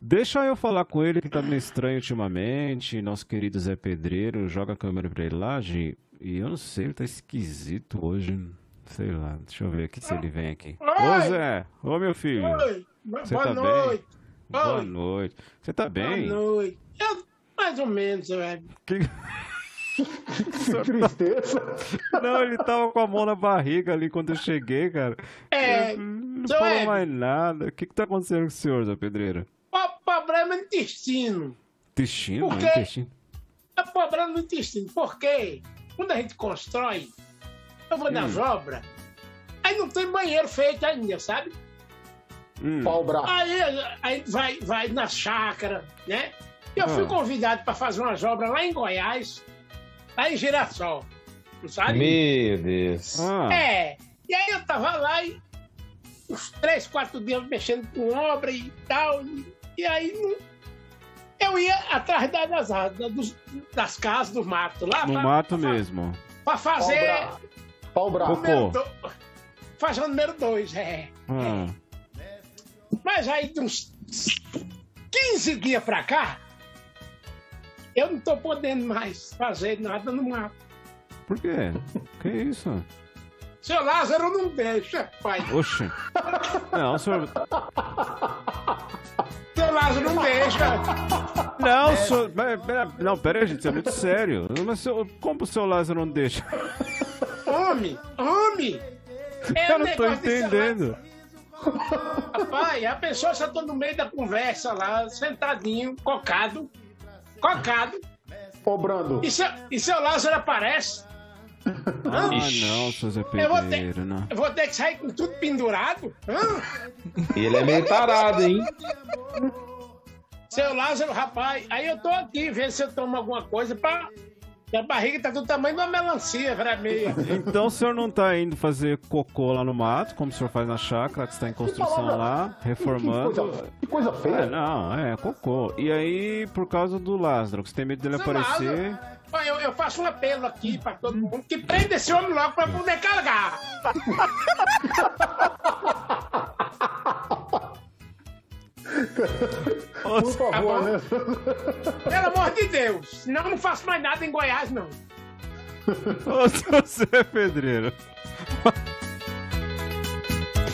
Deixa eu falar com ele, que tá meio estranho ultimamente. Nosso querido Zé Pedreiro, joga a câmera pra ele lá, Gi. E eu não sei, ele tá esquisito hoje. Sei lá, deixa eu ver aqui se ele vem aqui. Ô, Oi! Zé! Ô, meu filho! Oi, boa Você tá noite. bem? Boa Oi. noite. Você tá bem? Boa noite. Eu, mais ou menos, é. velho. Que- Que tristeza. Não, ele tava com a mão na barriga ali quando eu cheguei, cara. É, Não seu falou Hebe. mais nada. O que que tá acontecendo com o senhor, Zé Pedreiro? o problema no intestino. Intestino? Por quê? Intestino? É problema no intestino. Por quê? Quando a gente constrói, eu vou nas Hum. obras, aí não tem banheiro feito ainda, sabe? Hum. Pau bravo. Aí a- a gente vai, vai na chácara, né? Eu fui Ah. convidado para fazer umas obras lá em Goiás, lá em Girassol, não sabe? Meu Deus. Ah, É. E aí eu tava lá e uns três, quatro dias mexendo com obra e tal. E, e aí não- eu ia atrás da- das, da- dos- das casas do mato, lá no pra- mato pra- mesmo. Pra Pau fazer bravo. Pau o bravo. Pô. número do- fazer o número dois, é. Ah, Mas aí de uns 15 dias pra cá, eu não tô podendo mais fazer nada no mato. por quê? Que isso? Seu Lázaro não deixa, pai. Oxe. Não, senhor. Seu Lázaro não deixa. Não, senhor. Pera, É. pera, não, pera aí, gente, isso é muito sério. Mas seu, como o seu Lázaro não deixa? Homem, homem! É Eu um não tô negócio de celular. entendendo. Rapaz, a pessoa só tá no meio da conversa lá, sentadinho, cocado. Cocado. Cobrando. E seu, e seu Lázaro aparece. Ah, não, seu Zé Eu vou ter- Pedreiro, não. Eu vou ter que sair com tudo pendurado. Hã? Ele é meio tarado, hein? Seu Lázaro, rapaz, aí eu tô aqui vendo se eu tomo alguma coisa pra. Minha barriga tá do tamanho de uma melancia pra mim. assim. Então o senhor não tá indo fazer cocô lá no mato, como o senhor faz na chácara, que está em construção palavra- lá, Que reformando. coisa, que coisa É, feia. não, é cocô. E aí, por causa do Lázaro, que você tem medo dele Seu aparecer. Lázaro, ó, eu, eu faço um apelo aqui pra todo mundo que prenda esse homem logo pra poder cargar. Por favor, né? tá Pelo amor de Deus, senão eu não faço mais nada em Goiás, não. Ô, seu Zé Pedreiro.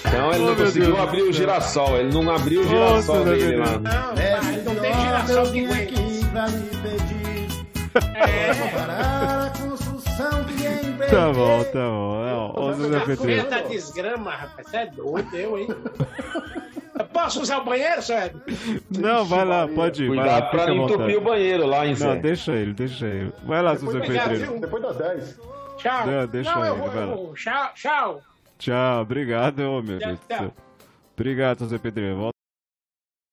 Então ele Oh, não meu conseguiu Deus. abrir o girassol. Ele não abriu o Nossa, girassol dele meu lá. Deus. Não, Leve mas não tem geração que vim aguente. aqui pra me pedir Tá É, para a construção que empreendei. Tá bom, tá bom. Não, ô, seu Zé tá Pedreiro. feio da desgrama, rapaz. Você é doido, eu, hein? Eu posso usar o banheiro, Sérgio? Não, vai lá, pode ir. Vai lá, Cuidado pra fica à não entupir o vontade. banheiro lá, hein, Não, Zé? deixa ele, deixa ele. Vai lá, seu Zé Depois da- Pedreiro. Depois das 10. Tchau. Não, deixa não, eu ele, vou, vai eu lá. vou. Tchau, tchau. Tchau, obrigado, ô, meu Tchau, Deus do tchau. céu. Obrigado, seu Zé Pedreiro.